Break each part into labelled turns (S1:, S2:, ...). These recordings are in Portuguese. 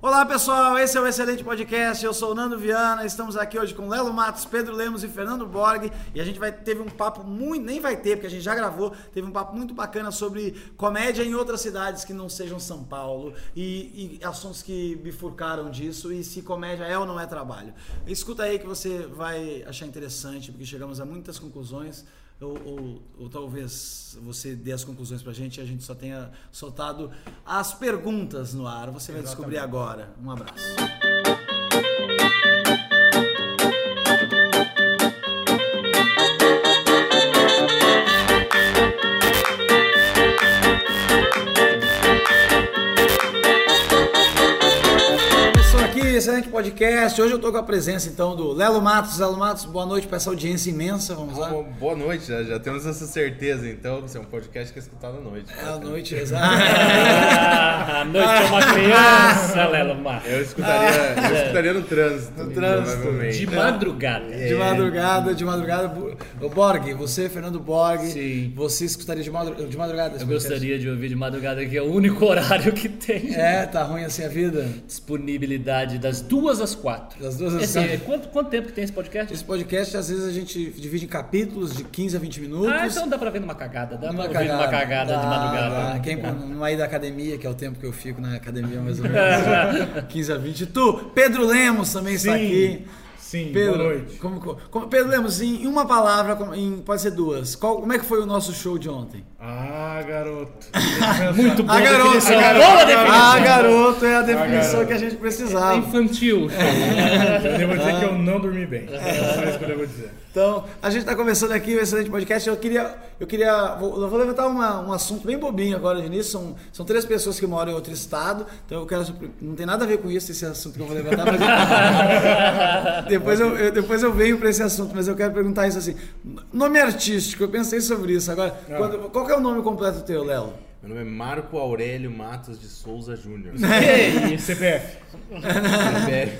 S1: Olá pessoal, esse é o Excelente Podcast. Eu sou o Nando Viana. Estamos aqui hoje com Lelo Matos, Pedro Lemos e Fernando Borg. E a gente vai teve um papo muito. Nem vai ter, porque a gente já gravou. Teve um papo muito bacana sobre comédia em outras cidades que não sejam São Paulo e, e assuntos que bifurcaram disso e se comédia é ou não é trabalho. Escuta aí que você vai achar interessante, porque chegamos a muitas conclusões ou, ou- ou talvez você dê as conclusões pra gente e a gente só tenha soltado as perguntas no ar. Você vai descobrir agora. Um abraço. Começou aqui, excelente podcast. Hoje eu tô com a presença então do Lelo Matos. Lelo Matos, boa noite pra essa audiência imensa. Vamos lá.
S2: Bom, boa noite, né? já, já temos essa certeza, então, que é um podcast que é escutado à noite.
S1: É a noite, exato.
S3: Ah, a noite é uma criança, Lelo Mar.
S2: Eu escutaria, eu escutaria no trânsito. No
S1: Ah, é. trânsito.
S3: De madrugada.
S1: É. De madrugada, de madrugada. Bu- Ô, Borg, você, Fernando Borg,
S3: Sim.
S1: você escutaria de, madru- de madrugada? esse
S3: Eu
S1: podcast?
S3: gostaria de ouvir de madrugada, que é o único horário que tem.
S1: É, tá ruim assim a vida?
S3: Disponibilidade das duas às quatro.
S1: Das duas às
S3: Esse- é
S1: quatro.
S3: Quanto, quanto tempo que tem esse podcast?
S1: Esse podcast, às vezes, a gente divide em capítulos de 15 a 20 minutos.
S3: Ah, então dá pra ver numa cagada. Dá
S1: Uma
S3: pra ouvir numa cagada de
S1: Dá, dá.
S3: madrugada. É
S1: Quem não aí da academia, que é o tempo que eu fico na academia, mais ou menos. 15 a 20. Tu, Pedro Lemos também está aqui.
S4: Sim,
S1: Pedro,
S4: boa noite.
S1: como- como- Pedro Lemos, em uma palavra, como- em- pode ser duas. Qual- como é que foi o nosso show de ontem?
S4: Ah, garoto.
S3: Muito boa
S1: A garota,
S3: definição.
S1: a garota.
S3: Boa definição.
S1: Ah, garoto, é a definição
S4: garoto.
S1: que a gente
S3: É
S1: precisava.
S3: infantil.
S1: É.
S4: Eu devo dizer
S1: Ah.
S4: que eu não dormi bem. É só isso que eu devo dizer.
S1: Então, a gente está começando aqui o excelente podcast. Eu queria. Eu queria. Vou, eu vou levantar uma- um assunto bem bobinho agora de início. São, são três pessoas que moram em outro estado. Então eu quero. Não tem nada a ver com isso, esse assunto que eu vou levantar, mas eu- depois, eu, eu- depois eu venho para esse assunto, mas eu quero perguntar isso assim. Nome artístico, eu pensei sobre isso. Agora, quando- qual que é o nome completo teu, Léo?
S2: Meu nome é Marco Aurélio Matos de Souza Júnior.
S3: que isso?
S4: CPF.
S2: CPF.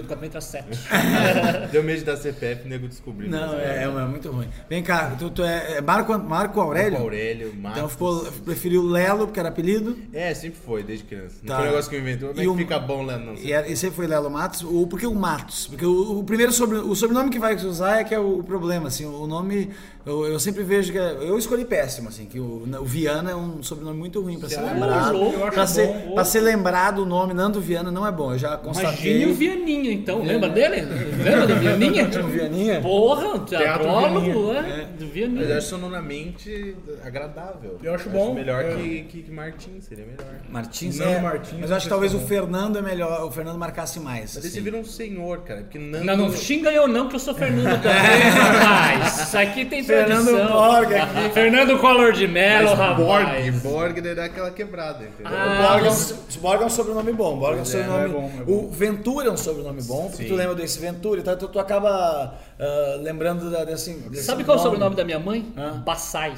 S3: 4488
S2: Deu medo de dar CPF, nego descobriu.
S1: Não, é, é muito ruim. Vem cá, tu, tu é, é Marco, Marco Aurélio?
S2: Marco Aurélio Matos.
S1: Então ficou, preferiu Lelo, porque era apelido.
S2: É, sempre foi, desde criança.
S1: Tá.
S2: Não foi um negócio que eu inventou, não é
S1: E
S2: que
S1: o-
S2: fica bom lá, não.
S1: E, era- e você foi Lelo Matos? Ou porque o Matos? Porque o, o primeiro sobre, o sobrenome que vai usar é que é o, o problema, assim. O nome, eu, eu sempre vejo que é, Eu escolhi péssimo, assim, que o, o Viana é um sobrenome muito ruim pra ser
S2: Ah,
S1: lembrado.
S3: louco, eu acho
S1: Pra ser,
S3: bom.
S1: pra ser lembrado o nome Nando Viana não é bom, eu já constatei.
S3: Imagine o Vianinha, então. Lembra dele? Lembra do Vianinha?
S1: O Vianinha?
S3: Porra, um teatrólogo,
S2: Vianinha.
S3: é? Do
S2: Mas eu
S3: Vianinha.
S2: acho sonoramente agradável.
S4: Eu acho bom.
S2: Melhor
S4: É.
S2: que, que, que Martim, seria melhor.
S1: Martins,
S4: Não,
S1: é,
S4: Martins,
S1: Mas eu acho que
S4: vocês
S1: talvez o
S4: falam.
S1: Fernando é melhor, o Fernando marcasse mais.
S2: Mas esse
S1: assim.
S2: vira um senhor, cara. Porque Nando...
S3: Não, não xinga eu não, que eu sou Fernando também, rapaz. Isso aqui tem
S1: Fernando
S3: tradição.
S1: Borg aqui.
S3: Fernando Collor de Mello,
S2: Mas Borg,
S3: rapaz.
S2: Borg dá aquela quebrada, entendeu?
S3: Ah,
S1: Borg é,
S3: você-
S1: um, Borg é um sobrenome bom. Borg é um
S2: Pois é,
S1: sobrenome
S4: é bom, é bom.
S1: O Ventura é um sobrenome bom, porque tu
S2: Sim.
S1: lembra desse Ventura, e tal, então tu acaba ah, lembrando da, desse, desse
S3: Sabe qual é o sobrenome da minha mãe?
S1: Hã?
S3: Bassai.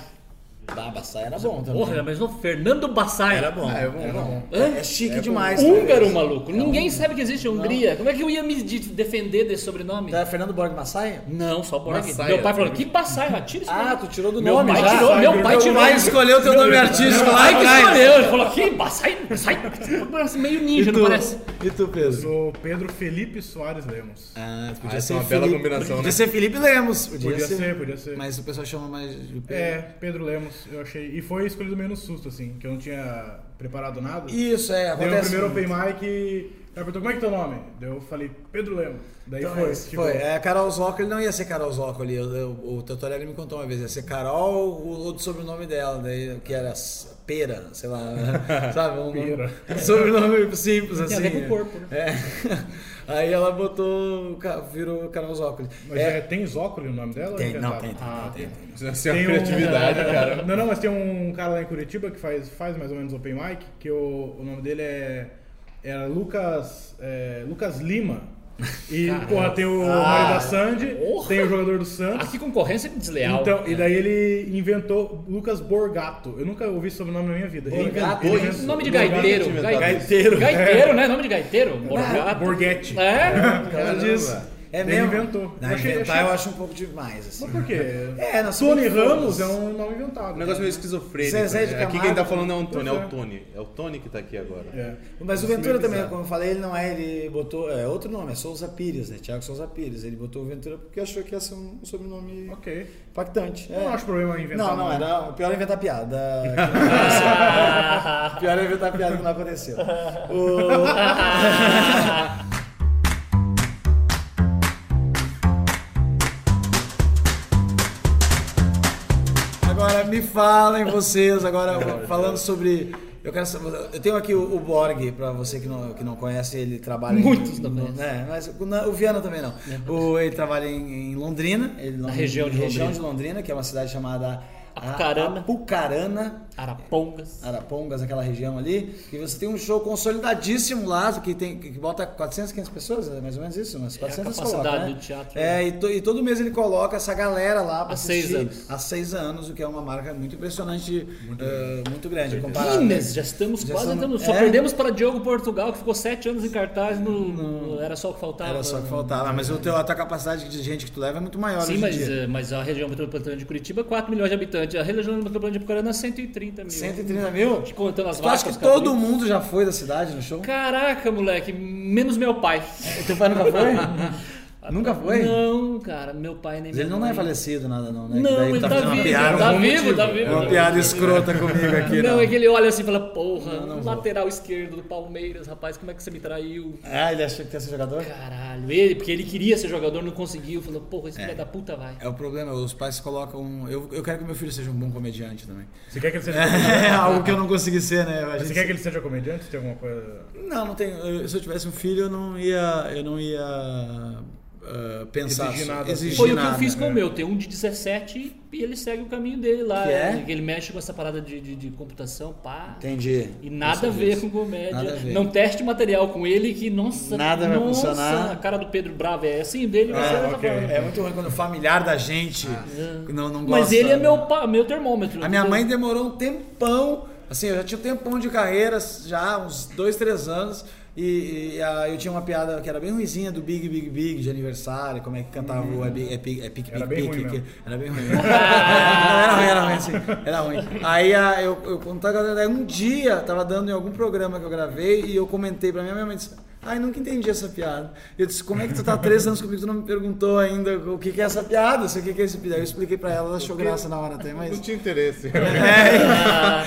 S1: Ah, Bassai era bom também.
S3: Porra, mas não Fernando Bassai.
S1: Era bom.
S2: Ah, é bom,
S1: era
S2: bom.
S1: É, é chique demais.
S3: Húngaro,
S1: talvez.
S3: maluco. Ninguém sabe que existe a Hungria. Como é que eu ia me de- defender desse sobrenome?
S1: Tá, Fernando Borg Massaia?
S3: Não, só Borg.
S2: Bassai,
S3: meu pai
S2: é.
S3: falou, que Bassai? Ah, Tira isso
S1: Ah, tu tirou do
S3: Meu
S1: nome
S3: pai
S1: já.
S3: tirou, meu pai tirou.
S1: escolheu teu nome artístico
S3: Ai, que escolheu. Ele falou, que Bassai? Bassai? Parece meio ninja, não parece?
S1: E tu, Pedro?
S4: Sou Pedro Felipe Soares Lemos.
S1: Ah,
S2: Ah, essa é uma bela combinação,
S1: Podia
S2: né?
S1: ser Felipe Lemos.
S4: Podia ser, podia ser.
S1: Mas o pessoal chama mais de Pedro.
S4: É, Pedro Lemos, eu achei. E foi escolhido meio no susto, assim, que eu não tinha preparado nada.
S1: Isso, é,
S4: Deu o
S1: acontece.
S4: primeiro open mic e. Ela perguntou como é que é teu nome? Daí eu falei, Pedro Lemos. Daí
S1: Então,
S4: foi.
S1: é,
S4: tipo,
S1: foi. É, Carol Zócoli não ia ser Carol Zócoli. Eu, eu, o Totorelli me contou uma vez. Ia ser Carol, o outro sobrenome dela, daí, que era S- Pera, sei lá. sabe? Um,
S4: Pera.
S1: um sobrenome simples
S3: Tem
S1: assim.
S3: a ver com o corpo, né?
S1: É. Aí ela botou, ca- virou Carol Zócoli.
S4: Mas é, tem Zócoli no nome dela?
S1: Tem,
S4: Ou
S1: não,
S4: inventaram?
S1: tem, tem, tem,
S4: Ah,
S1: tem.
S2: Isso é uma
S4: Tem um-
S2: criatividade, cara.
S4: Não, não, mas tem um cara lá em Curitiba que faz, faz mais ou menos open mic, que o, o nome dele é. Era Lucas. é, Lucas Lima. E, porra, tem o Mário da Sandy,
S3: porra.
S4: tem o jogador do Santos.
S3: Ah, que concorrência desleal.
S4: Então, e daí ele inventou Lucas Borgato. Eu nunca ouvi esse sobrenome na minha vida. Ele
S1: Borgato?
S4: inventou-
S2: Isso,
S3: Nome de
S2: Borgato
S3: gaiteiro.
S2: inventado.
S3: Gaiteiro,
S1: Gaiteiro. É.
S3: gaiteiro né? Nome de gaiteiro. Borgato.
S4: Borghetti.
S3: É.
S2: Caramba.
S1: disso. É
S4: Daí ele
S1: mesmo?
S4: inventou.
S1: Não,
S4: Eu achei-
S1: inventar
S4: achei-
S1: eu acho um pouco demais, assim.
S4: Mas por quê?
S1: É, nós somos
S4: Tony
S1: muito
S4: Ramos
S1: fãs.
S4: é um nome inventado.
S2: Um negócio meio
S1: Zezé
S2: esquizofrênico.
S1: de
S2: né? Aqui
S1: Camargo.
S2: quem tá falando é o Antônio, é
S4: Pois é.
S2: o Tony. É o Tony que tá aqui agora.
S4: É.
S1: Mas o
S4: Isso
S1: Ventura
S4: meio
S1: também,
S4: bizarro.
S1: como eu falei, ele não é, ele botou. É outro nome, é Souza Pires, né? Tiago Souza Pires. Ele botou o Ventura porque achou que ia ser um sobrenome
S4: Ok.
S1: impactante.
S4: Eu
S1: é.
S4: não acho problema em inventar
S1: Não, não,
S4: nome.
S1: era. O pior é inventar piada. que não aconteceu. O pior é inventar piada que não aconteceu. O- Agora me falem vocês, agora falando sobre. Eu, quero saber- eu tenho aqui o, o Borg, pra você que não, que não conhece, ele trabalha.
S3: Muitos
S1: em,
S3: não
S1: no-
S3: conhecem.
S1: né, mas o- na- o Viana também não. O, ele trabalha em, em Londrina. Ele, não-
S3: É região de
S1: região
S3: Londrina.
S1: de Londrina, que é uma cidade chamada A-
S3: Apucarana.
S1: Apucarana.
S3: Arapongas.
S1: Arapongas, aquela região ali, e você tem um show consolidadíssimo lá, que, tem, que bota 400, 500 pessoas, é mais ou menos isso, umas 400
S3: capacidade
S1: coloca, né?
S3: do teatro.
S1: É, e, to- e todo mês ele coloca essa galera lá para
S3: Há seis anos.
S1: Há seis anos, o que é uma marca muito impressionante, eh, muito grande, comparado. né?
S3: Guinness, já estamos
S1: Já
S3: quase
S1: estamos-
S3: entrando. Só
S1: é.
S3: perdemos para Diogo Portugal, que ficou sete anos em cartaz. No, no- Era só o que faltava.
S1: Era só o que faltava, mas o teu, a tua capacidade de gente que tu leva é muito maior
S3: Sim,
S1: hoje
S3: mas,
S1: em dia.
S3: eh, mas a região metropolitana de Curitiba, 4 milhões de habitantes. A região metropolitana de é Apucarana, 130 mil.
S1: 130 mil?
S3: Contando as
S1: Tu acha
S3: vacas,
S1: que todo
S3: cabritos.
S1: mundo já foi da cidade no show?
S3: Caraca, moleque, menos meu pai.
S1: Teu pai nunca foi? nunca foi?
S3: Não, cara, meu pai nem
S1: Mas
S3: minha
S1: ele não é
S3: mãe.
S1: falecido nada, não, né? Que
S3: Não,
S1: daí
S3: ele tá,
S1: fazendo uma
S3: vivo,
S1: piada,
S3: tá
S1: um
S3: vivo,
S1: motivo.
S3: tá vivo.
S1: É uma piada escrota comigo aqui,
S3: Não,
S1: não.
S3: é que ele olha assim e fala, porra, lateral esquerdo do Palmeiras, rapaz, como é que você me traiu?
S1: Ah, ele achou que ia ser jogador?
S3: Caralho, ele, porque ele queria ser jogador, não conseguiu. Falou, porra, esse filho da puta vai.
S1: É o problema, os pais colocam. um- Eu, eu quero que meu filho seja um bom comediante também.
S4: Você quer que ele seja
S1: É algo que eu não consegui ser, né? A
S4: Mas
S1: gente-
S4: Você quer que ele seja comediante? Tem alguma coisa.
S1: Não, não tem. eu- se eu tivesse um filho, eu não ia. Eu não ia. ah, pensar.
S4: Exigir nada, assim.
S1: exigir
S3: Foi o que eu
S1: nada. né? É.
S3: fiz com o meu. Tem um de 17 e ele segue o caminho dele lá.
S1: Que é?
S3: Ele mexe com essa parada de, de, de computação, pá.
S1: Entendi.
S3: E nada a ver com
S1: Nada
S3: comédia.
S1: a ver.
S3: Não teste material com ele que, nossa,
S1: Nada vai
S3: nossa,
S1: funcionar.
S3: A cara do Pedro Bravo é assim, dele vai
S4: Ah,
S3: ser dessa
S4: ok.
S3: forma.
S1: É muito ruim quando o familiar da gente não, não gosta.
S3: Mas ele é
S1: né?
S3: meu, pa- meu termômetro.
S1: A minha
S3: entendeu?
S1: mãe demorou um tempão, assim, eu já tinha um tempão de carreira, já uns dois, três anos, e, e, ah, eu tinha uma piada que era bem ruimzinha do Big Big Big de aniversário, como é que cantava o é Big é Big é Big
S4: Era
S1: Big
S4: bem
S1: Big,
S4: ruim
S1: que-
S4: mesmo.
S1: era bem ruim. era ruim, era ruim, assim, era ruim. Aí ah, eu, eu contava, daí um dia tava dando em algum programa que eu gravei e eu comentei pra minha, minha mãe disse. Ai, nunca entendi essa piada. Eu disse, como é que tu tá há três anos comigo? Tu não me perguntou ainda o que, que é essa piada? assim, O que, que é esse piada? Eu expliquei pra ela, ela achou graça na hora até, mas.
S2: Não tinha interesse.
S1: Ah,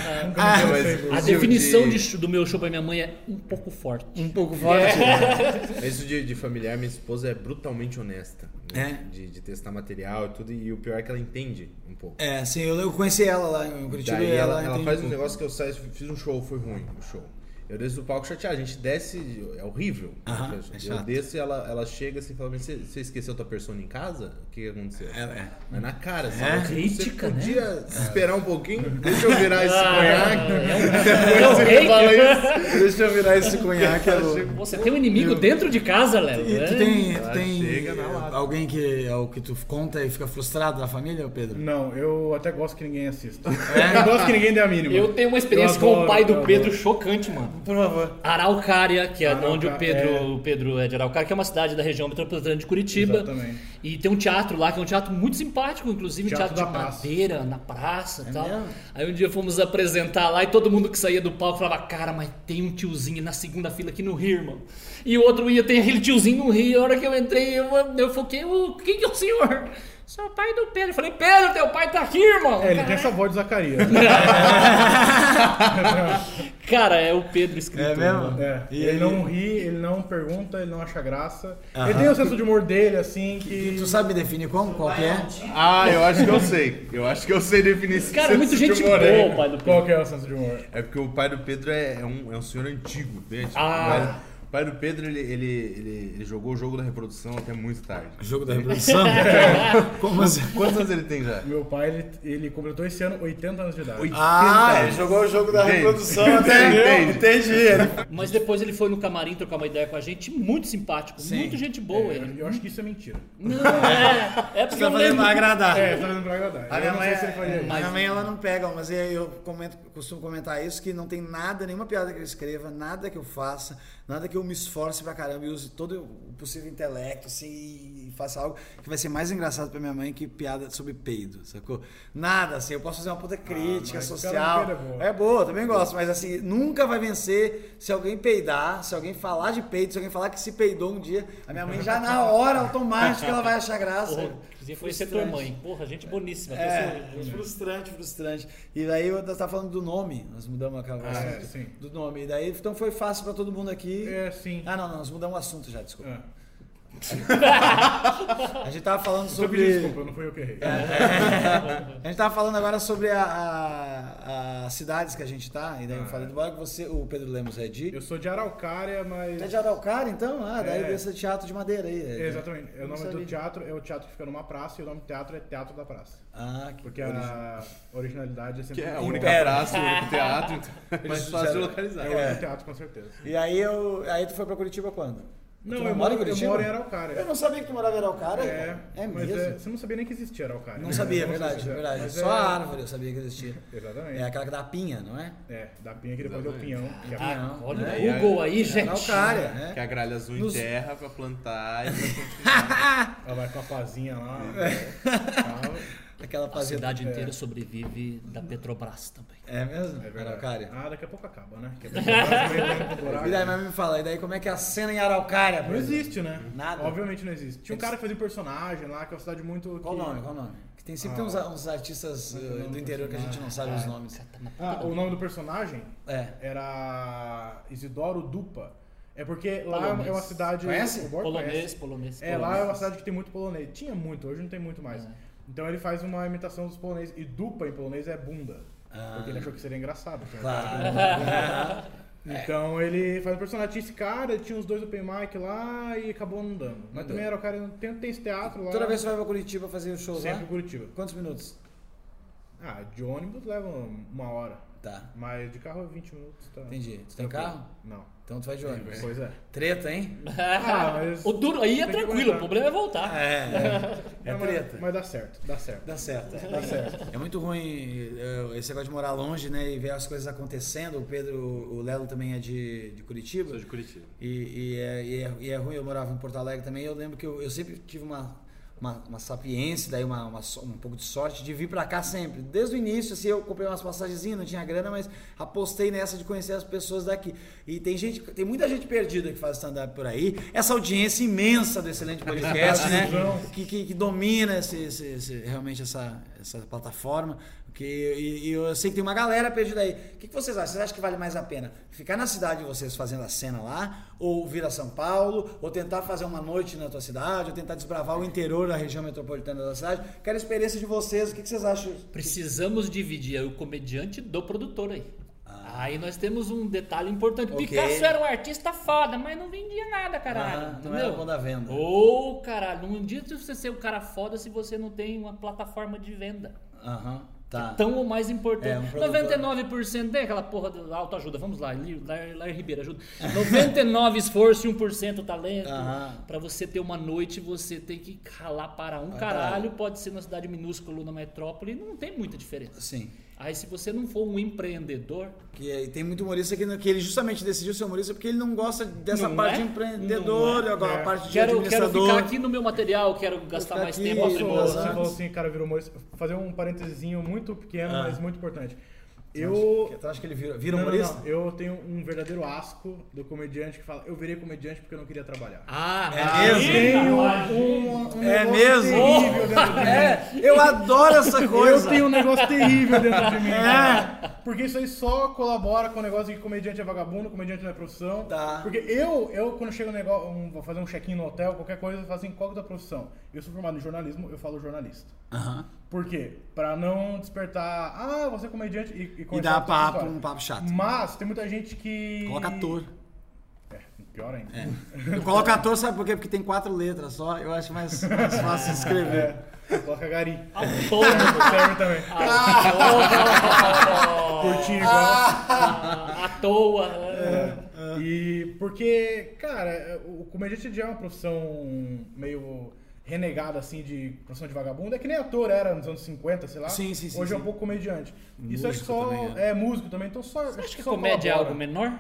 S2: mas
S3: A
S2: isso
S3: definição de chu- do meu show pra minha mãe é um pouco forte. É.
S1: um pouco forte.
S2: Isso de, de familiar, minha esposa é brutalmente honesta. né?
S1: É?
S2: De, de testar material e tudo. E o pior é que ela entende um pouco.
S1: É, sim, eu, eu conheci ela lá em Curitiba
S2: Daí
S1: e ela,
S2: ela, ela
S1: entende
S2: faz um
S1: pouco.
S2: negócio que eu saio, fiz um show, foi ruim o show. Eu desço do palco chateado, a gente desce, é horrível.
S1: Aham,
S2: Eu-
S1: é
S2: eu
S1: chato.
S2: desço e ela, ela chega assim e fala: "Mas Você você esqueceu tua persona em casa? O que que aconteceu?
S1: Ela é.
S2: Mas na cara, assim,
S1: É?
S2: você
S3: Crítica, né?
S2: podia esperar um pouquinho? Deixa eu
S3: Ah,
S2: virar esse
S3: um
S2: conhaque.
S3: É um
S2: Você fala
S3: hater.
S2: isso.
S1: Deixa eu virar esse conhaque. eu-
S3: Você tem um inimigo dentro de casa, Léo.
S1: E tu
S3: né?
S1: tem, tu
S2: Ela
S1: tem
S2: chega na lata.
S1: alguém que, é o que tu conta e fica frustrado da família, Pedro?
S4: Não, eu até gosto que ninguém assista.
S1: É?
S4: Eu gosto que ninguém dê a mínima.
S3: Eu tenho uma experiência
S4: Eu
S3: com o
S4: adoro,
S3: pai
S4: eu
S3: do
S4: adoro.
S3: Pedro chocante, mano.
S1: Por favor.
S3: Araucária, que é de onde o
S4: Arauca-
S3: Pedro,
S4: é.
S3: o Pedro é de Araucária, que é uma cidade da região metropolitana de Curitiba.
S4: Exatamente.
S3: E tem um teatro lá, que é um teatro muito simpático, inclusive, um
S4: Teatro
S3: teatro,
S4: da
S3: de
S4: Praça. É
S3: madeira, na praça e tal.
S1: mesmo?
S3: Aí um dia fomos apresentar lá e todo mundo que saía do palco falava, cara, mas tem um tiozinho na segunda fila que não ri, irmão. E o outro ia, tem aquele tiozinho no rio. A hora que eu entrei, eu, eu foquei, o quem que é o senhor? Sou o pai do Pedro. Eu falei, Pedro, teu pai tá aqui, irmão.
S4: É, ele tem
S3: Caralho.
S4: essa voz de Zacarias.
S3: Cara, é o Pedro escritor.
S1: É mesmo?
S3: mano.
S4: É.
S1: E
S4: ele,
S1: ele-
S4: não ri, ele não pergunta, ele não acha graça.
S1: Aham.
S4: Ele tem um senso de humor dele, assim, que.
S1: Tu sabe definir como? Qual que é?
S2: Ah, eu acho que eu sei. Eu acho que eu sei definir esse
S3: Cara, é muito
S2: senso de
S3: gente
S2: humor aí.
S3: boa o pai do Pedro.
S4: Qual que é o senso de humor?
S2: É porque o pai do Pedro é, é um, é um senhor antigo, né? Tipo,
S3: Ah.
S2: O pai do Pedro, ele, ele, ele, ele jogou o jogo da reprodução até muito tarde.
S1: Jogo da Revolução? como assim?
S2: Quantos anos ele tem já?
S4: Meu pai, ele, ele completou esse ano 80 anos de idade.
S1: Ah, ele
S2: anos.
S1: jogou o jogo da
S2: Entende?
S1: reprodução
S2: Entende,
S1: até eu.
S2: entende.
S1: Entendi. ele-
S3: Mas depois ele foi no camarim trocar uma ideia com a gente, muito simpático,
S1: Sim.
S3: muito gente boa
S4: Eu-
S3: ele.
S4: Eu acho que isso é mentira.
S3: Não, é, é porque
S1: Precisa
S3: eu
S1: fazer
S3: lembro.
S1: pra agradar.
S4: É, tá fazendo pra agradar.
S1: A
S4: eu
S1: minha,
S4: não
S1: mãe,
S4: sei se ele faria
S1: é,
S4: isso.
S1: a minha mãe ela não pega, mas eu, eu comento, costumo comentar isso, que não tem nada, nenhuma piada que eu escreva, nada que eu faça, nada que eu me esforce pra caramba e use todo o possível intelecto, assim, e faça algo que vai ser mais engraçado pra minha mãe que piada sobre peido, sacou? Nada, assim, eu posso fazer uma puta crítica
S4: Ah, mas
S1: social.
S4: piada boa.
S1: É boa, também gosto, mas assim, nunca vai vencer se alguém peidar, se alguém falar de peido, se alguém falar que se peidou um dia, a minha mãe já na hora, automática, ela vai achar graça.
S3: Porra, inclusive foi ser tua
S1: Frustrante.
S3: mãe. Porra, gente boníssima.
S1: É,
S3: pessoa-
S1: frustrante, frustrante. E daí eu tava falando do nome, nós mudamos aquela
S4: Ah,
S1: assunto
S4: é, sim.
S1: do nome. E daí então foi fácil pra todo mundo aqui.
S4: É, sim.
S1: Ah, não, não, nós mudamos o assunto já, desculpa.
S4: Ah,
S1: A gente tava falando
S4: eu pedi
S1: sobre É.
S4: desculpa, não foi eu que errei.
S1: A gente tava falando agora sobre a- a- as cidades que a gente tá, e daí eu falei do bairro que você, o Pedro Lemos é de
S4: Ah. Eu sou de Araucária, mas.
S1: É de Araucária, então? Ah, daí
S4: É.
S1: desse teatro de madeira aí.
S4: É,
S1: É,
S4: exatamente. É,
S1: Não
S4: o nome
S1: sabia.
S4: do teatro é o teatro que fica numa praça e o nome do teatro é Teatro da Praça.
S1: Ah, que
S4: Porque a originalidade é sempre
S2: Que é a
S4: do
S2: única
S4: teatro.
S2: praça, o único teatro, então é mais
S1: Eles
S2: fácil de
S1: fizeram-
S2: localizar.
S4: É o único teatro, com certeza.
S1: E aí eu, aí tu foi pra Curitiba quando? Tu
S4: Não,
S1: não
S4: eu
S1: mora
S4: moro, eu
S1: Curitiba?
S4: moro em Araucária.
S1: Eu não sabia que tu morava em Araucária.
S4: É,
S1: É
S4: mas
S1: mesmo?
S4: você não sabia nem que existia Araucária.
S1: Não sabia, é
S4: Não sei
S1: verdade, é
S4: se já-
S1: verdade.
S4: mas
S1: Só
S4: é-
S1: a árvore eu sabia que existia.
S4: Exatamente.
S1: É aquela que dá pinha, não é?
S4: É, da pinha que depois deu o pinhão. Que é
S3: Ah,
S1: Não,
S3: olha
S1: né?
S3: o Google aí,
S1: É
S3: gente.
S1: araucária,
S2: Que
S1: né?
S2: a gralha azul
S1: Nos-
S2: enterra pra plantar e
S4: Ela vai com a pazinha lá.
S1: É.
S4: né? tal.
S1: Aquela
S3: A
S1: fazenda.
S3: cidade inteira sobrevive da Petrobras também.
S1: É mesmo?
S4: É verdade.
S1: Araucária.
S4: Ah, daqui a pouco acaba, né? Que a pessoa vai meio dentro do buraco.
S1: E daí, mas me fala, e daí como é que é a cena em Araucária?
S4: Não
S1: Bruno?
S4: existe, né?
S1: Nada. É
S4: Obviamente não existe. Tinha um cara que fazia um personagem lá, que é uma cidade muito.
S1: Qual o
S4: que-
S1: nome? Qual o nome? Que tem
S4: Ah,
S1: sempre tem uns, uns artistas eh, do interior que a gente não sabe os nomes.
S4: Ah, o nome do personagem
S1: É.
S4: era Isidoro Dupa. É porque lá
S3: Polonês.
S4: é uma cidade.
S1: Conhece?
S4: o Borg
S3: Polonês,
S4: conhece.
S3: polonês.
S4: É, lá
S3: polonês.
S4: é uma cidade que tem muito polonês. Tinha muito, hoje não tem muito mais.
S3: É.
S4: Então ele faz uma imitação dos poloneses. E dupa em polonês é bunda.
S1: Ah.
S4: Porque ele achou que seria engraçado. que era
S1: Claro.
S4: Então ele faz o personagem, tinha esse cara, tinha os dois open mic lá e acabou não dando. Mas
S1: Não
S4: também
S1: deu.
S4: era o cara, tem, tem esse teatro lá.
S1: Toda vez que você vai pra Curitiba fazer o show
S4: Sempre em
S1: lá?
S4: Curitiba.
S1: Quantos minutos?
S4: Ah, de ônibus leva uma hora,
S1: Tá,
S4: mas de carro é 20 minutos. Tá.
S1: entendi. Tu tem
S4: Tranquilo.
S1: carro?
S4: Não.
S1: Então tu vai de ônibus.
S4: Pois é.
S1: Treta, hein?
S4: Ah, mas.
S3: O duro aí é
S4: Tem que
S3: tranquilo, o
S4: aguentar.
S3: problema é voltar.
S1: É, é,
S4: Não, mas-
S1: treta.
S4: Mas dá certo, dá certo.
S1: Dá certo.
S4: Dá certo.
S1: É muito ruim eh, esse negócio de morar longe, né? E ver as coisas acontecendo. O Pedro, o Lelo também é de, de Curitiba.
S2: sou de Curitiba.
S1: E, e é, e é- e é ruim, eu morava em Porto Alegre também. Eu lembro que eu, eu sempre tive uma, uma, uma sapiência, daí uma, uma so- um pouco de sorte de vir pra cá sempre. Desde o início, assim, eu comprei umas passagenzinhas, não tinha grana, mas apostei nessa de conhecer as pessoas daqui. E tem gente, tem muita gente perdida que faz stand-up por aí. Essa audiência imensa do excelente podcast, né? Que, que, que domina esse, esse- esse- realmente essa, essa plataforma. Que, e, e eu sei que tem uma galera perdida aí. O que, que vocês acham? Vocês acham que vale mais a pena ficar na cidade de vocês fazendo a cena lá? Ou vir a São Paulo? Ou tentar fazer uma noite na tua cidade? Ou tentar desbravar o interior da região metropolitana da cidade? Quero a experiência de vocês. O que, que vocês acham?
S3: Precisamos dividir É o comediante do produtor aí. Aí nós temos um detalhe importante.
S1: Ah. Ok.
S3: Picasso era um artista foda, mas não vendia nada, caralho.
S1: Ah, não
S3: entendeu?
S1: era bom da venda.
S3: Ô, caralho, não adianta você ser o cara foda se você não tem uma plataforma de venda.
S1: Aham, tá.
S3: Tão ou mais
S1: É, um
S3: importante.
S1: produtor.
S3: 99% tem aquela porra da autoajuda. Vamos lá, Lir- Lar- Lar Ribeiro, ajuda. 99 esforço e 1% talento.
S1: Aham.
S3: Pra você ter uma noite, você tem que ralar para um
S1: Pra
S3: caralho.
S1: caralho.
S3: Pode ser numa cidade minúscula ou na metrópole, não tem muita diferença.
S1: Sim.
S3: Aí se você não for um empreendedor,
S1: Que, e tem muito humorista que, que ele justamente decidiu ser humorista porque ele não gosta dessa
S3: Não
S1: parte
S3: é?
S1: de empreendedor,
S3: Não é?
S1: agora
S4: É.
S1: a parte de
S3: quero, quero
S1: administrador.
S3: ficar aqui no meu material, quero gastar
S1: ficar
S3: mais
S1: aqui,
S3: tempo.
S1: posso-
S4: Posso,
S3: aprender.
S1: Boas
S4: você
S1: artes.
S4: falou assim, cara, virou humorista. Fazer um parêntesezinho muito pequeno,
S1: Ah.
S4: mas muito importante. Eu.
S1: Tu acha que ele vira, vira
S4: Não, não,
S1: humorista?
S4: não. Eu tenho um verdadeiro asco do comediante que fala, eu virei comediante porque eu não queria trabalhar.
S3: Ah,
S1: É
S3: aí,
S1: mesmo?
S4: Tenho um,
S3: rapaz.
S4: um
S1: É
S4: negócio
S1: mesmo?
S4: terrível dentro de mim.
S1: É, eu adoro essa coisa.
S4: Eu tenho um negócio terrível dentro de mim.
S1: É.
S4: cara. Porque isso aí só colabora com o negócio de que comediante é vagabundo, comediante não é profissão.
S1: Tá.
S4: Porque eu, eu quando chego um negócio, um- vou fazer um check-in no hotel, qualquer coisa, eu falo assim, qual que é a tua profissão? Eu sou formado em jornalismo, eu falo jornalista.
S1: Aham.
S4: Por quê? Pra não despertar, ah, você é comediante e,
S1: E
S4: começar
S1: dá
S4: a ter
S1: papo,
S4: história.
S1: um papo chato.
S4: Mas tem muita gente que.
S1: Coloca ator.
S4: É, pior ainda.
S1: Eu coloco ator, sabe por quê? Porque tem quatro letras só, eu acho mais, mais fácil de escrever.
S4: É, Coloca Gari.
S3: Autônomo.
S4: Serve também. Curtinho igual.
S3: à toa.
S1: É.
S3: né?
S1: Ah.
S4: E porque, cara, o comediante já é uma profissão meio renegada, assim, de profissão de vagabundo. É que nem ator era nos anos 50, sei lá.
S1: Sim, sim, sim,
S4: Hoje é
S1: sim.
S4: um pouco comediante. Isso acho que
S1: Músico
S4: só.
S1: também,
S4: é. músico também, então só.
S3: Acho que
S4: só
S3: comédia é
S4: colabora.
S3: algo menor.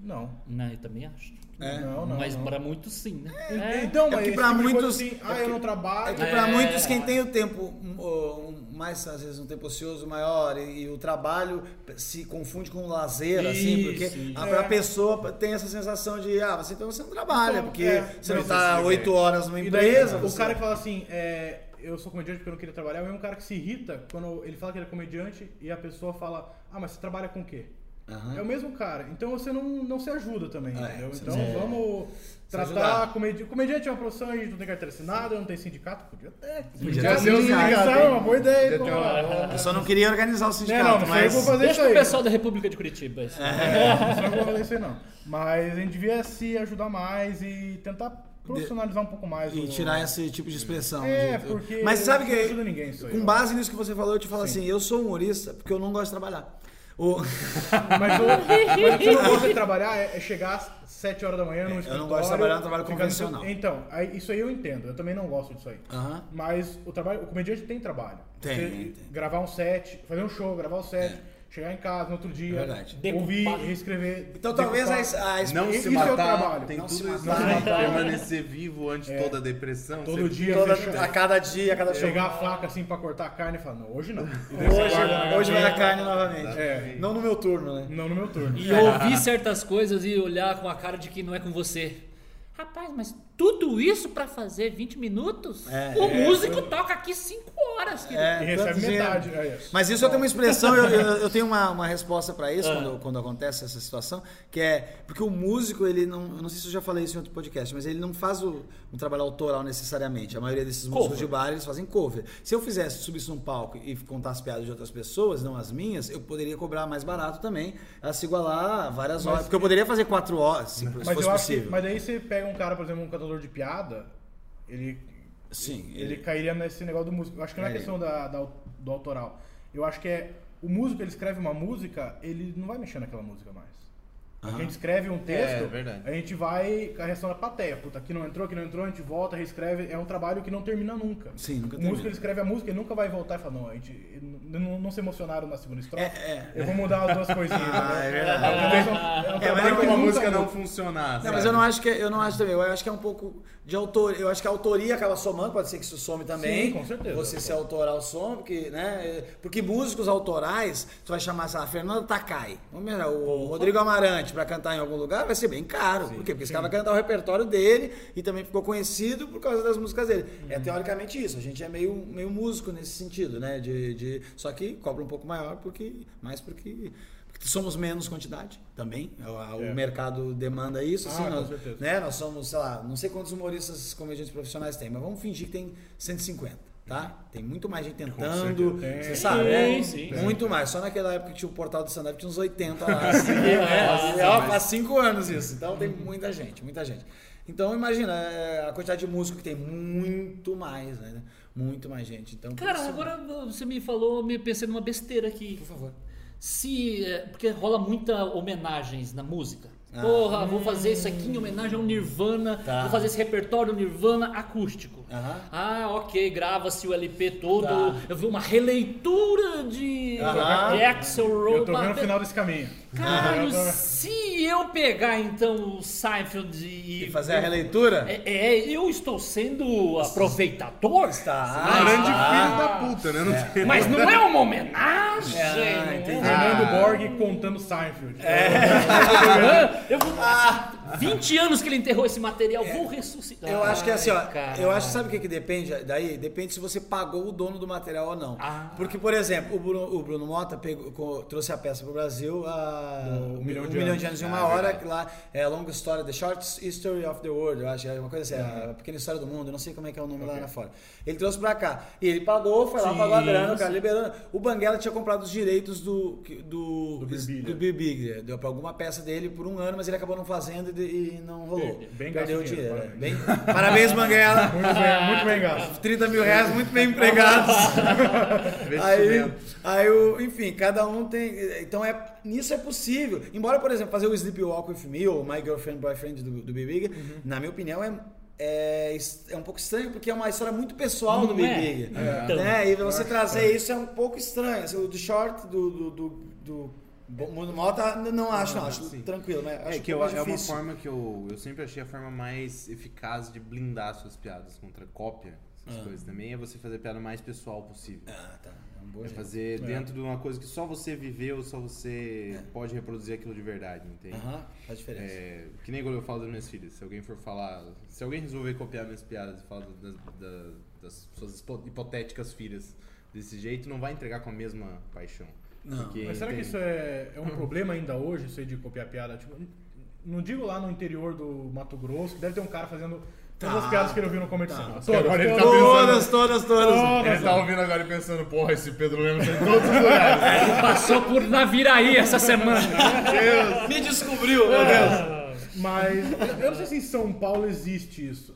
S4: Não.
S3: Não, eu também acho.
S1: É.
S4: Não, não.
S3: Mas
S4: não.
S3: pra muitos sim, né?
S4: Então,
S1: É
S4: mas
S1: que
S4: esse
S1: pra
S4: tipo de coisa
S1: muitos- é
S4: assim, ah, eu não trabalho.
S1: Que pra
S3: É.
S1: muitos, quem tem o tempo, um, um, mais às vezes um tempo ocioso maior e, e o trabalho se confunde com o lazer, assim,
S3: Isso,
S1: porque
S3: isso.
S1: a, pra
S4: É.
S1: pessoa tem essa sensação de, ah, você, então você não trabalha,
S4: Então,
S1: porque
S4: é,
S1: você não
S2: mas
S1: tá
S2: isso,
S1: oito
S2: é.
S1: horas numa
S4: E daí,
S1: empresa.
S4: o
S1: você-
S4: cara que fala assim, é, eu sou comediante porque eu não queria trabalhar, é o mesmo cara que se irrita quando ele fala que ele é comediante e a pessoa fala, ah, mas você trabalha com o quê?
S1: Aham.
S4: É o mesmo cara. Então você não, não se ajuda também,
S1: É,
S4: entendeu?
S1: você
S4: Então
S1: não-
S4: vamos
S1: ajudar.
S4: tratar... Comedi... Comediante é uma profissão, a gente não tem carteira assinada, não tem sindicato, podia
S1: ter
S4: ter. ser um
S1: sindicato,
S4: sindicato,
S1: hein?
S4: é uma boa ideia.
S2: Podia ter
S4: então,
S2: uma-
S4: é,
S1: Eu só não queria organizar o sindicato,
S4: não, mas aí eu
S1: mas. é
S4: vou fazer-
S3: Deixa
S4: isso
S3: pro
S4: aí.
S3: pessoal da República de Curitiba. isso.
S4: Isso eu não vou fazer isso aí, não. Mas a gente devia se ajudar mais e tentar profissionalizar um pouco mais.
S1: E
S4: o-
S1: tirar esse tipo de expressão.
S4: É,
S1: de-
S4: porque
S1: Mas sabe
S4: não
S1: que.
S4: ajuda ninguém isso aí,
S1: com
S4: ó.
S1: base nisso que você falou, eu te falo assim: eu sou humorista porque eu não gosto de trabalhar. O-
S4: Mas o, mas o que eu não gosto de trabalhar é, é chegar às 7 horas da manhã no
S1: É, eu
S4: escritório.
S1: não gosto de trabalhar no trabalho
S4: ficar
S1: convencional.
S4: Então, aí- isso aí eu entendo. Eu também não gosto disso aí.
S1: Aham.
S4: Mas o trabalho, o comediante tem trabalho.
S1: Tem,
S4: Você
S1: tem. É.
S4: Gravar um set, fazer um show, gravar um set, chegar em casa no outro dia,
S1: Verdade.
S4: ouvir,
S3: Decupar.
S4: reescrever.
S1: Então talvez a,
S4: decupar.
S1: a
S2: Não
S4: Isso
S2: se
S4: é o
S2: matar,
S4: trabalho.
S2: tem
S1: Não se
S2: tudo isso.
S1: matar.
S2: né? Permanecer vivo ante toda a depressão.
S4: Todo
S2: você-
S4: dia
S1: toda-
S4: fechar-
S1: a cada dia, a cada show.
S4: chegar a faca assim pra cortar a carne e falar, não, hoje não. E daí você
S1: Hoje,
S4: guarda na
S1: hoje vai
S4: gaveta.
S1: a carne novamente.
S4: É.
S1: Não no meu turno, né?
S4: Não no meu turno.
S3: E ouvir certas coisas e olhar com a cara de que não é com você. Rapaz, mas tudo isso pra fazer 20 minutos?
S1: É,
S3: o músico toca aqui 5 horas, querido.
S1: É,
S4: E recebe
S1: tanto dinheiro.
S4: metade, é isso.
S1: Mas isso eu tenho uma expressão, eu, eu- eu tenho uma, uma resposta pra isso quando, quando acontece essa situação, que é porque o músico, ele não. eu não sei se eu já falei isso em outro podcast, mas ele não faz o, um trabalho autoral necessariamente. A maioria desses músicos
S3: Cover.
S1: de bar, eles fazem cover. Se eu fizesse, subisse num palco e contasse piadas de outras pessoas, não as minhas, eu poderia cobrar mais barato também, a se igualar várias horas. Porque eu poderia fazer quatro horas, se, se fosse
S4: Mas eu acho que,
S1: possível.
S4: mas aí você pega um cara, por exemplo, um cantador de piada, ele
S1: Sim,
S4: ele cairia nesse negócio do músico. Eu acho que não é
S1: Cairia.
S4: questão da, da- do autoral. Eu acho que é o músico, ele escreve uma música, ele não vai mexer naquela música mais. A gente escreve um texto,
S2: É, verdade.
S4: a gente vai com a reação da plateia. Puta, aqui não entrou, aqui não entrou, a gente volta, reescreve. É um trabalho que não termina nunca.
S1: Sim, nunca
S4: o
S1: termina.
S4: músico ele escreve a música, ele nunca vai voltar e falar, não, a gente n- n- não se emocionaram na segunda estrofe.
S1: É,
S4: Eu vou mudar as duas coisinhas.
S1: Ah,
S4: né?
S1: é verdade.
S4: um- um
S1: É, mas
S2: Não tem
S4: trabalho que
S2: como a
S4: nunca
S2: música
S4: muda.
S2: não é. funcionar.
S1: Não, mas
S2: sabe?
S1: eu não acho que eu não acho também. Eu acho que é um pouco de autor. Eu acho que a autoria acaba somando, pode ser que isso some também.
S4: Sim, com certeza.
S1: Você ser autoral some, porque, né? Porque músicos autorais, você vai chamar, sei lá, Fernando Takai, ou melhor, o Rodrigo Amarante pra cantar em algum lugar, vai ser bem caro. por quê? Porque esse cara vai cantar o repertório dele e também ficou conhecido por causa das músicas dele.
S4: Uhum.
S1: É teoricamente isso. A gente é meio, meio músico nesse sentido, né? De, de, só que cobra um pouco maior, porque. Mais porque. porque Somos menos quantidade também. O, o
S4: É.
S1: mercado demanda isso isso, assim,
S4: Ah, com
S1: nós,
S4: certeza.
S1: né, nós somos, sei lá, não sei quantos humoristas comediantes profissionais tem, mas vamos fingir que tem 150, tá? Tem muito mais gente tentando,
S4: certeza.
S1: você
S4: Tem.
S1: sabe, né?
S3: Sim, sim.
S1: Muito mais. Só naquela época que tinha o portal do stand-up tinha uns 80 lá. Assim, né? Ó, faz cinco anos isso. Então tem muita gente, muita gente. Então imagina, é, a quantidade de músico que tem, muito mais, né? Muito mais gente. Então, por
S3: Cara,
S1: isso-
S3: agora você me falou, me pensei numa besteira aqui.
S1: Por favor.
S3: Se, é, porque rola muita homenagens na música.
S1: Ah.
S3: Porra, vou fazer isso aqui em homenagem ao Nirvana,
S1: Tá.
S3: vou fazer esse repertório Nirvana acústico.
S1: Aham.
S3: Ah, ok, grava-se o LP todo.
S1: Tá.
S3: Eu vi uma releitura de
S1: Aham.
S3: Axel Rose.
S4: Eu tô vendo o final desse caminho.
S3: Caralho,
S4: Eu tô-
S3: se eu pegar então o Seinfeld e.
S1: E fazer a releitura?
S3: É, é, eu estou sendo aproveitador?
S1: Está.
S2: Um grande filho
S1: está.
S2: da puta, né? Não tem-
S3: Mas não é uma homenagem?
S1: É,
S3: não
S1: entendi.
S4: Fernando Borg contando Seinfeld.
S1: É,
S3: Ah, Eu vou... 20 anos que ele enterrou esse material, vou ressuscitar.
S1: Ah. Eu acho que é assim, ó.
S3: Ai, cara.
S1: Eu acho que sabe o que, que depende daí? Depende se você pagou o dono do material ou não.
S3: Ah.
S1: Porque, por exemplo, o Bruno, o Bruno Mota pegou- co- trouxe a peça pro Brasil a
S4: Do
S1: um
S4: Milhão
S1: milhão,
S4: de
S1: de anos em uma
S2: Ah,
S1: hora,
S2: verdade.
S1: que lá é a longa história, The Short History of the World, eu acho, é uma coisa assim, é a pequena história do mundo, eu não sei como é que é o nome lá lá fora. Ele trouxe pra cá. E ele pagou, foi lá,
S3: Sim,
S1: pagou a grana, o cara
S3: sim.
S1: liberou. O Banguela tinha comprado os direitos do. do.
S4: Do Birbiglia.
S1: do Birbiglia. Deu pra alguma peça dele por um ano, mas ele acabou não fazendo e, de- e não rolou.
S4: Bem- bem
S1: Perdeu
S4: gasto
S1: o dinheiro.
S4: dinheiro,
S1: é. Bem- Parabéns, Banguela.
S4: Muito bem, muito bem, gasto.
S1: 30 mil reais, muito bem empregados. aí,
S2: Investimento.
S1: aí, o- enfim, cada um tem. Então, é, nisso é possível. Embora, por exemplo, fazer o Sleepwalk With Me ou My Girlfriend Boyfriend do, do Big Big,
S3: Uhum.
S1: na minha opinião, é, é, es- é um pouco estranho, porque é uma história muito pessoal do
S3: Não
S1: Big
S3: é?
S1: Big.
S3: É.
S1: Né? E você trazer isso é um pouco estranho. Assim, o do short do. do, do- do Bom, mundo mal tá, não acho, não, acho
S2: Ah, Sim.
S1: tranquilo, mas acho
S2: É, que eu-
S1: pouco
S2: é uma
S1: difícil.
S2: forma que eu, eu sempre achei a forma mais eficaz de blindar suas piadas contra cópia, essas coisas também, é você fazer a piada mais pessoal possível.
S1: Ah, tá. Ah. É um
S2: É
S1: bom jeito.
S2: fazer dentro de uma coisa que só você viveu, só você pode reproduzir aquilo de verdade, entende?
S1: Aham, faz diferença.
S2: É, que nem quando eu falo das minhas filhas, se alguém for falar. Se alguém resolver copiar minhas piadas e falar das, da- das suas hipo- hipotéticas filhas desse jeito, não vai entregar com a mesma paixão.
S1: Não.
S2: Porque
S4: Mas será que
S2: tem-
S4: isso é, é um problema ainda hoje, isso aí de copiar piada? Tipo, n- não digo lá no interior do Mato Grosso, que deve ter um cara fazendo todas as
S1: Tá,
S4: piadas que ele ouviu no comercial.
S1: tá.
S4: Todas,
S2: Agora ele tá
S4: todas.
S1: Todas, todas, todas.
S4: Todas.
S2: Ele tá ouvindo agora e pensando, porra, esse Pedro Lemos tá em todos os lugares.
S3: Passou por Naviraí essa semana. Ah.
S1: Me descobriu, meu Deus.
S4: Mas eu não sei se em São Paulo existe isso.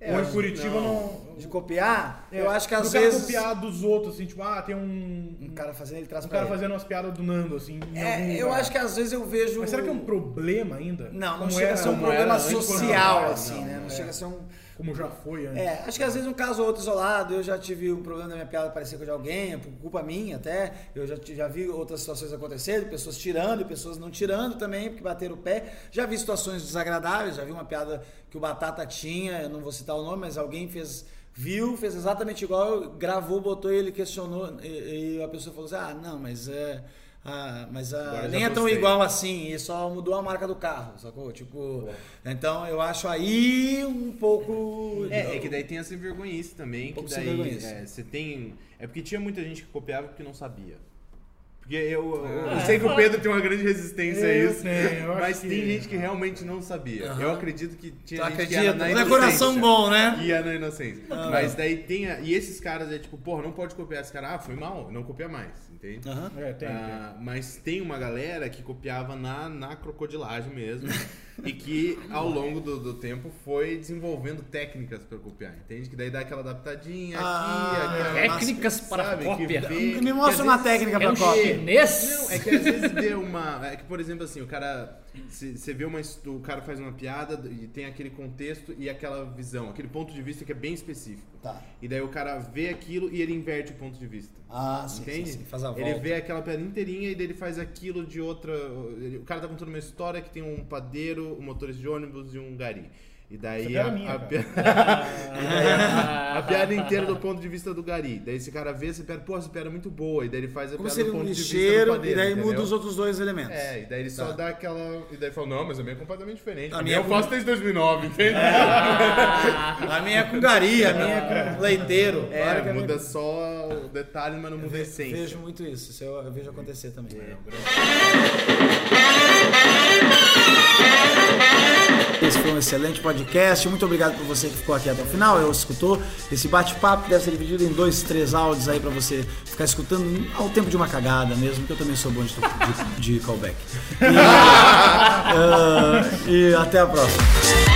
S4: Ou em Curitiba não.
S1: De copiar,
S4: É,
S1: É, eu acho que às
S4: do cara
S1: vezes.
S4: copiar dos outros, assim, tipo, ah, tem um.
S1: Um cara fazendo, ele traz
S4: Um
S1: pra
S4: cara
S1: ele.
S4: fazendo umas piadas do Nando, assim. em algum
S1: É, eu
S4: lugar.
S1: acho que às vezes eu vejo.
S4: Mas será que é um problema ainda?
S1: Não, não
S4: Como
S1: chega a
S4: era-
S1: ser um
S4: como
S1: problema
S4: era antes, quando-
S1: social,
S4: Não,
S1: assim, né? Não,
S4: é.
S1: chega a ser um.
S4: Como já foi antes.
S1: É, acho que às vezes um caso ou outro isolado, eu já tive um problema da minha piada parecer com a de alguém, é por culpa minha até. Eu já, ti- já vi outras situações acontecendo, pessoas tirando e pessoas não tirando também, porque bateram o pé. Já vi situações desagradáveis, já vi uma piada que o Batata tinha, eu não vou citar o nome, mas alguém fez. Viu, fez exatamente igual, gravou, botou e ele questionou, e, e a pessoa falou assim: ah, não, mas é. ah, mas ah,
S2: Agora já
S1: nem é tão
S2: gostei.
S1: igual igual assim, e só mudou a marca do carro, sacou? Tipo, então eu acho aí um pouco.
S2: É, é que daí tem essa vergonhice também, que
S1: Pouco sem
S2: daí
S1: vergonhice.
S2: é, você tem. É porque tinha muita gente que copiava porque não sabia. Porque eu, eu-
S1: Ah.
S2: eu sei que o Pedro tem uma grande resistência a
S4: Eu
S2: isso,
S4: tenho, eu acho
S2: mas tem
S4: que-
S2: gente que realmente não sabia. Eu acredito que tinha
S1: Tu
S2: gente que era
S1: acredita?
S2: na
S1: Um
S2: inocência.
S1: coração Ah. bom, né?
S2: Ia na inocência. Mas daí tem. a- e esses caras é tipo, porra, não pode copiar esse cara. Ah, foi mal, não copia mais, entende?
S1: Aham.
S4: É, tem.
S2: Ah, mas tem uma galera que copiava na, na crocodilagem mesmo e que ao longo do, do tempo foi desenvolvendo técnicas para copiar, entende? Que daí dá aquela adaptadinha
S1: Ah,
S2: aqui, aquela.
S3: Técnicas para
S2: sabe, que
S3: cópia.
S2: vê-
S1: Me mostra
S2: que às
S1: uma
S2: vezes-
S1: técnica
S3: É
S1: pra
S3: um
S1: cópia.
S3: chinês?
S2: Não, é que às vezes vê uma. É que, por exemplo, assim, o cara. Você vê uma. his- O cara faz uma piada e tem aquele contexto e aquela visão, aquele ponto de vista que é bem específico.
S1: Tá.
S2: E daí o cara vê aquilo e ele inverte o ponto de vista.
S1: Ah, sim,
S2: Entende?
S1: sim, sim, faz a volta.
S2: ele vê aquela piada inteirinha e daí ele faz aquilo de outra. ele- o cara tá contando uma história que tem um padeiro, um motorista de ônibus e um gari. E
S4: Essa
S2: daí
S4: piada
S2: a,
S4: é minha,
S2: a
S4: cara.
S2: pi- E daí
S1: é
S2: a- a piada inteira do ponto de vista do gari. Daí esse cara vê essa piada, pô, essa piada é muito boa. E daí ele faz a
S1: Como
S2: piada
S1: seria
S2: do
S1: um
S2: ponto de vista do
S1: lixeiro
S2: padeiro.
S1: e daí
S2: entendeu?
S1: muda os outros dois elementos.
S2: É, e daí ele só
S1: Tá.
S2: dá aquela. E daí fala, não, mas a minha é completamente diferente.
S1: A
S2: A
S1: minha
S2: minha eu
S1: é
S2: faço desde 2009, entende?
S3: Ah.
S1: A minha é com gari, a minha é com leiteiro.
S2: É,
S1: Claro que a minha-
S2: muda só o detalhe, mas não muda a essência.
S1: Vejo muito isso, isso eu, eu vejo acontecer também. né? Um Esse foi um excelente podcast. Muito obrigado por você que ficou aqui até o final. Eu escutou esse bate-papo que deve ser dividido em dois, três áudios aí pra você ficar escutando ao tempo de uma cagada mesmo, que eu também sou bom de, de, de callback. E, ah, e até a próxima.